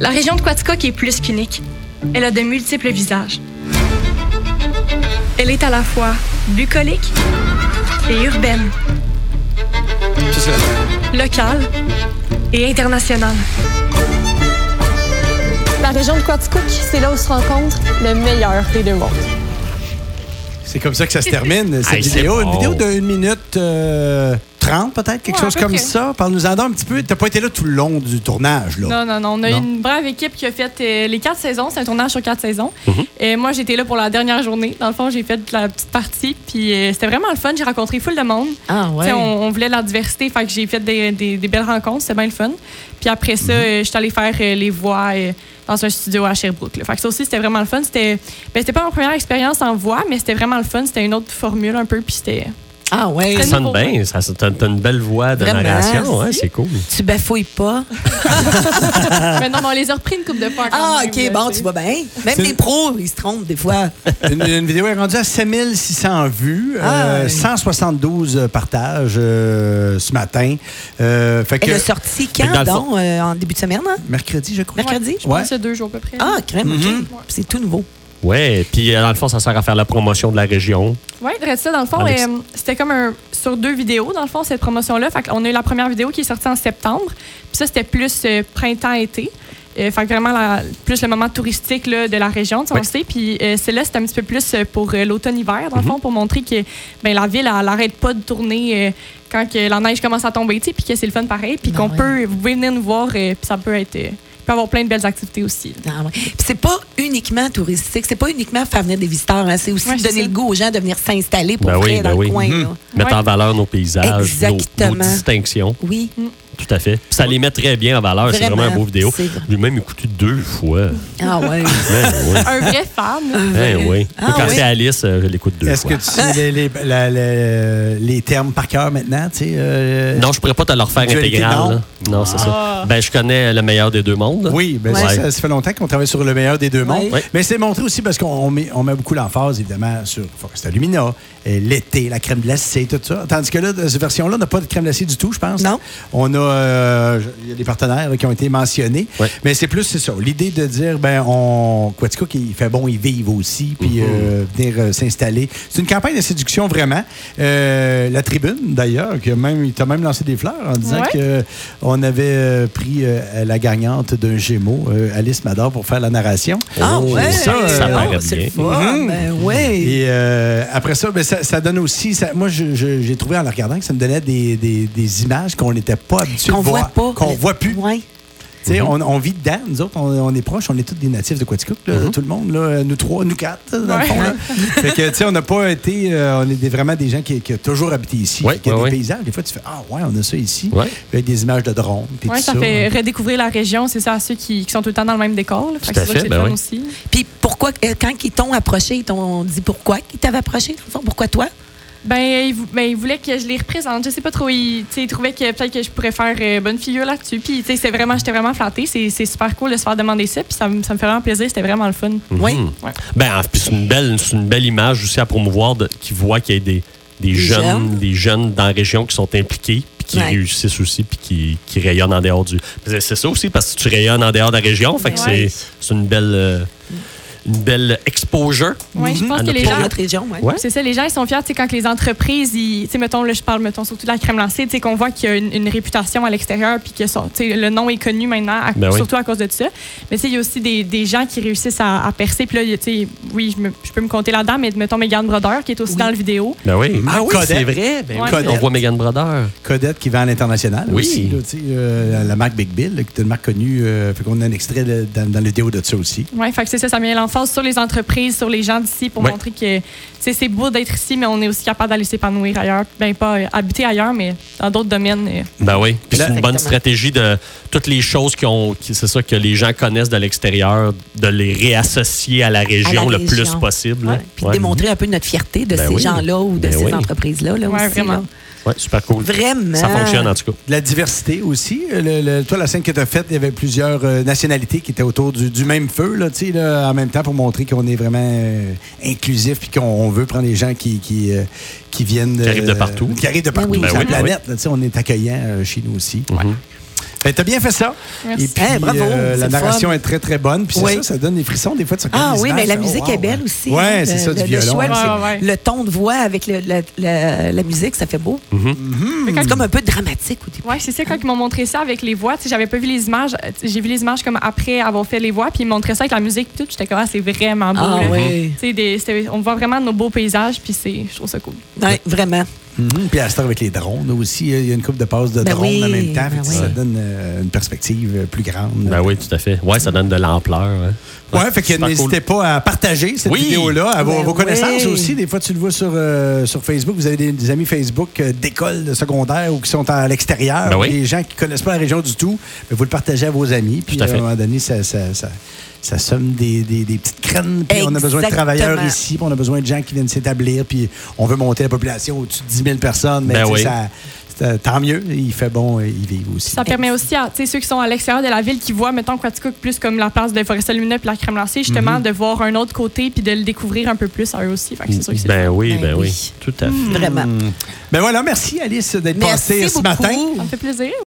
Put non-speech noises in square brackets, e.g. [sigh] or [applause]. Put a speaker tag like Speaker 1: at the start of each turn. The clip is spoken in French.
Speaker 1: La région de Coaticook est plus qu'unique. Elle a de multiples visages. Elle est à la fois bucolique et urbaine,
Speaker 2: C'est ça.
Speaker 1: locale et internationale.
Speaker 3: La région de Quaticook, c'est là où se rencontre le meilleur des deux mondes.
Speaker 2: C'est comme ça que ça se termine, cette
Speaker 4: Hey, c'est
Speaker 2: vidéo. Une
Speaker 4: bon.
Speaker 2: vidéo de 1 minute euh, 30, peut-être, quelque
Speaker 5: Ouais,
Speaker 2: chose
Speaker 5: à peu
Speaker 2: comme
Speaker 5: près.
Speaker 2: ça. Parle-nous-en un petit peu. T'as pas été là tout le long du tournage, là.
Speaker 5: Non, non, non. On a
Speaker 2: Non.
Speaker 5: eu une brave équipe qui a fait euh, les quatre saisons. C'est un tournage sur quatre saisons. Et moi, j'étais là pour la dernière journée. Dans le fond, j'ai fait la petite partie. Puis euh, c'était vraiment le fun. J'ai rencontré full de monde.
Speaker 6: Ah
Speaker 5: Tu sais, On, on voulait la diversité. Fait que j'ai fait des, des- des belles rencontres. C'était bien le fun. Puis après ça, euh, j'étais allée faire euh, les voix euh, dans un studio à Sherbrooke. là. Fait que ça aussi, c'était vraiment le fun. C'était ben, c'était pas ma première expérience en voix, mais c'était vraiment le fun. C'était une autre formule un peu. Puis c'était.
Speaker 6: Ah ouais.
Speaker 4: Ça
Speaker 5: C'est
Speaker 4: sonne
Speaker 5: nouveau.
Speaker 4: bien. Ça, ça- t'as, t'as une belle voix de
Speaker 6: Vraiment,
Speaker 4: narration. hein,
Speaker 6: merci.
Speaker 4: c'est cool.
Speaker 6: Tu bafouilles
Speaker 5: [laughs]
Speaker 6: pas.
Speaker 5: Maintenant, on les a repris une coupe de fois. quand
Speaker 6: Ah,
Speaker 5: même,
Speaker 6: OK,
Speaker 5: là,
Speaker 6: bon,
Speaker 5: tu sais.
Speaker 6: tu vas bien. Même
Speaker 2: C'est-
Speaker 6: les pros, ils se trompent des fois.
Speaker 2: [laughs] Une, une vidéo est rendue à 5600 vues, euh,
Speaker 6: Ah, ouais.
Speaker 2: 172 partages euh, ce matin. Euh, fait que
Speaker 6: Elle a sorti
Speaker 4: Mais dans
Speaker 6: quand,
Speaker 4: le fond-
Speaker 6: donc? euh, en début de semaine,
Speaker 5: Mm-hmm.
Speaker 6: hein?
Speaker 2: mercredi, je crois.
Speaker 6: Mercredi?
Speaker 5: Je pense que c'est deux jours à peu près.
Speaker 6: Ah, crème, OK.
Speaker 4: Mm-hmm.
Speaker 2: Mhm.
Speaker 6: C'est tout nouveau.
Speaker 4: Ouais. Puis euh, dans le fond, ça sert à faire la promotion de la région.
Speaker 5: Oui, ça, dans le fond,
Speaker 4: Alex.
Speaker 5: euh, c'était comme un, sur deux vidéos, dans le fond, cette promotion-là. Fait qu'on a eu la première vidéo qui est sortie en septembre. Puis ça, c'était plus euh, printemps-été. Euh, fait que vraiment, la- plus le moment touristique là, de la région, tu sais, on
Speaker 4: Ouais.
Speaker 5: le sait. Puis euh, celle-là, c'était un petit peu plus euh, pour euh, l'automne-hiver, dans le fond, pour montrer que ben, la ville, elle n'arrête pas de tourner euh, quand que la neige commence à tomber, tu sais, puis que c'est le fun pareil. Puis
Speaker 6: Ben
Speaker 5: qu'on
Speaker 6: ouais.
Speaker 5: peut, vous pouvez venir nous voir, euh, puis ça peut être. euh, peut avoir plein de belles activités aussi.
Speaker 6: [laughs] Ah ouais. Puis c'est pas uniquement touristique, c'est pas uniquement faire venir des visiteurs, hein, c'est aussi
Speaker 5: Ouais, c'est
Speaker 6: donner
Speaker 5: ça.
Speaker 6: le goût aux gens de venir s'installer pour
Speaker 4: Ben oui,
Speaker 6: vrai
Speaker 4: ben
Speaker 6: dans
Speaker 4: oui.
Speaker 6: le coin.
Speaker 2: Mhm.
Speaker 6: là.
Speaker 4: Mettre
Speaker 5: Ouais.
Speaker 4: en valeur nos paysages, nos- nos,
Speaker 6: Exactement.
Speaker 4: distinctions.
Speaker 6: Oui,
Speaker 5: Mm-hmm.
Speaker 4: Tout à fait. Puis ça les met très bien en valeur. C'est
Speaker 6: Vraiment,
Speaker 4: vraiment un beau vidéo.
Speaker 6: c'est-
Speaker 4: J'ai même écouté deux fois. [laughs]
Speaker 6: ah ouais.
Speaker 4: Ben oui.
Speaker 5: Un vrai fan.
Speaker 4: Ben oui.
Speaker 6: Ah
Speaker 4: Quand
Speaker 6: oui.
Speaker 4: c'est Alice, euh, je l'écoute deux
Speaker 2: Est-ce
Speaker 4: fois.
Speaker 2: que tu sais les, les- la- la- les termes par cœur maintenant? tu sais, euh,
Speaker 4: Non, je pourrais pas te le refaire
Speaker 2: Dualité,
Speaker 4: intégral.
Speaker 2: non.
Speaker 4: là. Non, c'est ça.
Speaker 5: Ah.
Speaker 4: Ben, je connais le meilleur des deux mondes.
Speaker 2: Oui, ben
Speaker 4: Ouais.
Speaker 2: ça, ça, ça fait longtemps qu'on travaille sur le meilleur des deux mondes.
Speaker 4: Ouais.
Speaker 2: Mais c'est montré aussi parce qu'on on met, on met beaucoup l'emphase, évidemment, sur Foresta Lumina, euh, l'été, la crème glacée, tout ça. Tandis que là, de- cette version-là n'a pas de crème glacée du tout, je pense.
Speaker 6: Non.
Speaker 2: On a euh, il y a des partenaires là, qui ont été mentionnés.
Speaker 4: Ouais.
Speaker 2: Mais c'est plus, c'est ça. L'idée de dire, ben, on. Quatico, il fait bon, ils vivent aussi,
Speaker 4: Mm-hmm.
Speaker 2: puis euh, venir euh, s'installer. C'est une campagne de séduction, vraiment. Euh, la tribune, d'ailleurs, qui a même, il t'a même lancé des fleurs en disant
Speaker 5: Ouais.
Speaker 2: que. Euh, on avait euh, pris euh, la gagnante d'un Gémeaux, euh, Alice Mador, pour faire la narration.
Speaker 6: Ah ouais.
Speaker 4: Ça, ça
Speaker 6: Oh,
Speaker 4: paraît
Speaker 6: c'est le
Speaker 4: bien. Mm-hmm.
Speaker 6: fun. Ben ouais.
Speaker 2: Et euh, après ça, ben, ça, ça donne aussi. ça- moi, je- je- j'ai trouvé en la regardant que ça me donnait des, des- des images qu'on n'était pas habitué
Speaker 6: Qu'on
Speaker 2: de voir,
Speaker 6: voit pas.
Speaker 2: qu'on voit plus.
Speaker 6: Ouais.
Speaker 2: Tu sais, on, on vit dedans, nous autres, on, on est proches, on est tous des natifs de Quaticook, là,
Speaker 4: Mhm.
Speaker 2: tout le monde, là, nous trois, nous quatre, dans le
Speaker 5: Ouais.
Speaker 2: fond.
Speaker 6: [laughs]
Speaker 2: là. fait que, tu sais, on n'a pas été, euh, on est des- vraiment des gens qui, qui ont toujours habité ici,
Speaker 4: Ouais,
Speaker 2: qui ont
Speaker 4: ouais,
Speaker 2: des
Speaker 4: ouais.
Speaker 2: paysages. Des fois, tu fais, ah ouais, on a ça ici,
Speaker 4: Ouais.
Speaker 2: avec des images de drones, puis
Speaker 5: Ouais,
Speaker 2: tout
Speaker 5: ça
Speaker 2: ça. hein.
Speaker 4: hein.
Speaker 5: fait redécouvrir la région, c'est ça, à ceux qui, qui sont tout le temps dans le même décor. là. Fait
Speaker 4: Tout
Speaker 5: que
Speaker 4: à
Speaker 5: c'est vrai
Speaker 4: fait,
Speaker 5: que c'est
Speaker 4: ben
Speaker 5: le fun
Speaker 4: oui.
Speaker 5: aussi.
Speaker 6: Puis pourquoi, euh, quand ils t'ont approché, ils t'ont dit pourquoi ils t'avaient approché? dans le fond? Pourquoi toi?
Speaker 5: Ben ils, vou- ben, ils voulaient que je les représente. Je sais pas trop, ils, tu sais, ils trouvaient que peut-être que je pourrais faire euh, bonne figure là-dessus. Puis, tu sais, c'est vraiment, j'étais vraiment flattée. C'est c'est super cool de se faire demander ça. Puis, ça, me- ça me fait vraiment plaisir. C'était vraiment le fun.
Speaker 4: Mhm.
Speaker 6: Oui.
Speaker 5: Ouais.
Speaker 4: Ben, en- puis c'est une belle, c'est une belle image aussi à promouvoir de- qui voit qu'il y a des, des jeunes,
Speaker 6: jeunes.
Speaker 4: des jeunes dans la région qui sont impliqués, puis qui
Speaker 6: Ouais.
Speaker 4: réussissent aussi, puis qui, qui rayonnent en dehors du. C'est c'est ça aussi parce que tu rayonnes en dehors de la région, fait que
Speaker 5: Ouais.
Speaker 4: c'est c'est une belle, euh, une belle exposure.
Speaker 5: Ouais, je pense
Speaker 4: à
Speaker 5: que
Speaker 4: notre
Speaker 5: les gens-
Speaker 6: Pour
Speaker 4: région.
Speaker 6: notre région, ouais.
Speaker 4: Ouais.
Speaker 5: C'est ça, les gens, ils sont fiers, tu sais, quand que les entreprises, ils, tu sais, mettons, là, je parle, mettons, surtout de la crème lancée, tu sais, qu'on voit qu'il y a une, une réputation à l'extérieur, puis que son- tu sais, le nom est connu maintenant, à-
Speaker 4: Ben oui.
Speaker 5: surtout à cause de tout ça. Mais, tu sais, il y a aussi des, des gens qui réussissent à, à percer, puis là, il y a, tu sais, oui, je, me- je peux me compter là-dedans, mais mettons Megan Brodeur, qui est aussi dans le vidéo.
Speaker 4: Ben oui.
Speaker 2: Ah oui,
Speaker 4: c'est
Speaker 2: Codette.
Speaker 4: vrai. Ben
Speaker 5: Ouais.
Speaker 4: oui, On
Speaker 2: Codette.
Speaker 4: voit Megan Brother.
Speaker 2: Codette qui va à l'international
Speaker 4: Oui.
Speaker 2: aussi. là, tu sais, euh, la- la marque Big Bill, là, qui est une marque connue. euh, fait qu'on a un extrait là, dans, dans le déo de ça aussi.
Speaker 5: Oui, fait que c'est ça, ça met l'emphase sur les entreprises, sur les gens d'ici pour
Speaker 4: Ouais.
Speaker 5: montrer que tu sais, c'est beau d'être ici, mais on est aussi capable d'aller s'épanouir ailleurs. Ben, pas euh, habiter ailleurs, mais dans d'autres domaines. euh.
Speaker 4: Ben oui. Puis c'est une
Speaker 6: Exactement.
Speaker 4: bonne stratégie de toutes les choses qui ont, qui- c'est ça que les gens connaissent de l'extérieur, de les réassocier à la région le
Speaker 6: région.
Speaker 4: plus possible.
Speaker 6: Ouais.
Speaker 4: là.
Speaker 6: Puis
Speaker 4: Ouais.
Speaker 6: démontrer un peu notre fierté de
Speaker 4: Ben
Speaker 6: ces
Speaker 4: oui.
Speaker 6: gens-là ou de
Speaker 4: Ben
Speaker 6: ces
Speaker 4: oui.
Speaker 6: entreprises-là. Là,
Speaker 5: Ouais,
Speaker 6: aussi,
Speaker 5: vraiment.
Speaker 6: là.
Speaker 4: Ouais, super cool.
Speaker 6: Vraiment.
Speaker 4: Ça fonctionne en tout cas.
Speaker 2: De la diversité aussi. Le- le- toi, la scène que tu as faite, il y avait plusieurs euh, nationalités qui étaient autour du, du même feu, là, tu sais, là, en même temps, pour montrer qu'on est vraiment euh, inclusif puis qu'on on veut prendre les gens qui, qui, euh, qui viennennent.
Speaker 4: Qui arrivent de partout.
Speaker 2: Qui arrivent de partout
Speaker 6: oui.
Speaker 2: sur
Speaker 4: Ben
Speaker 2: la
Speaker 4: oui, ben
Speaker 2: planète. là, tu sais, on est accueillant euh, chez nous aussi.
Speaker 4: Mhm.
Speaker 2: Ben, t'as bien fait ça.
Speaker 5: Merci.
Speaker 2: Et puis,
Speaker 6: Eh, bravo,
Speaker 2: euh,
Speaker 6: c'est
Speaker 2: la
Speaker 6: le
Speaker 2: narration
Speaker 6: fun.
Speaker 2: est très, très bonne. Puis c'est
Speaker 6: Oui.
Speaker 2: ça, ça donne des frissons des fois. tu regardes
Speaker 6: Ah
Speaker 2: les
Speaker 6: oui,
Speaker 2: images,
Speaker 6: mais la
Speaker 2: ça,
Speaker 6: musique
Speaker 2: wow,
Speaker 6: est belle
Speaker 2: oh, ouais.
Speaker 6: aussi.
Speaker 2: Ouais,
Speaker 6: hein,
Speaker 2: c'est
Speaker 6: le-
Speaker 2: ça, du
Speaker 6: le-
Speaker 2: violon.
Speaker 6: Le, choix,
Speaker 2: Ouais,
Speaker 6: c'est-
Speaker 5: ouais, ouais.
Speaker 6: le ton de voix avec le- la, la- la musique, ça fait beau. Mm-hmm. C'est comme un peu dramatique au début.
Speaker 5: Ouais, c'est ça, quand ils m'ont montré ça avec les voix, tu sais, j'avais pas vu les images. euh, tu sais, J'ai vu les images comme après avoir fait les voix, puis ils me montraient ça avec la musique, puis tout. J'étais comme, ah, c'est vraiment beau.
Speaker 6: Ah
Speaker 5: là.
Speaker 6: oui,
Speaker 5: Tu sais, des- c'était- on voit vraiment nos beaux paysages, puis c'est, je trouve ça cool.
Speaker 6: Ouais, vraiment.
Speaker 2: Mhm. Puis à cette heure avec les drones aussi, il y a une coupe de passes de
Speaker 6: Ben
Speaker 2: drones
Speaker 6: oui,
Speaker 2: en même temps. Fait que
Speaker 6: ben
Speaker 2: Ça
Speaker 6: oui.
Speaker 2: donne euh, une perspective euh, plus grande.
Speaker 4: Ben oui, tout à fait. Ouais, ça donne de l'ampleur. hein.
Speaker 2: Ouais, fait que
Speaker 4: Super cool.
Speaker 2: n'hésitez pas à partager cette
Speaker 4: Oui.
Speaker 2: vidéo-là à vos,
Speaker 6: Ben
Speaker 2: vos connaissances
Speaker 6: oui.
Speaker 2: aussi. Des fois, tu le vois sur, euh, sur Facebook. Vous avez des, des amis Facebook euh, d'école de secondaire ou qui sont à l'extérieur,
Speaker 4: Ben oui.
Speaker 2: des gens qui connaissent pas la région du tout. Mais vous le partagez à vos amis. Puis
Speaker 4: Tout à fait.
Speaker 2: un moment donné, ça, ça, ça, ça somme des, des- des petites crènes. Puis on a besoin de
Speaker 6: Exactement.
Speaker 2: travailleurs ici. Puis on a besoin de gens qui viennent s'établir. Puis on veut monter la population au-dessus de 10 000 personnes. Mais
Speaker 4: Ben
Speaker 2: tu sais,
Speaker 4: oui.
Speaker 2: ça- c'est- tant mieux. Il fait bon, euh, ils vivent aussi.
Speaker 5: Ça permet aussi à tu sais, ceux qui sont à l'extérieur de la ville qui voient, mettons, Quaticook plus comme la place de Forest Lumina puis la Crème Glacée, justement, de voir un autre côté puis de le découvrir un peu plus à eux aussi. Fait que c'est sûr que c'est
Speaker 4: Ben oui, ben
Speaker 6: Ben
Speaker 4: oui.
Speaker 6: oui.
Speaker 4: Tout à fait.
Speaker 6: Vraiment.
Speaker 2: Ben voilà, merci Alice d'être
Speaker 6: Merci
Speaker 2: passée ce
Speaker 6: beaucoup.
Speaker 2: matin.
Speaker 5: ça me fait plaisir.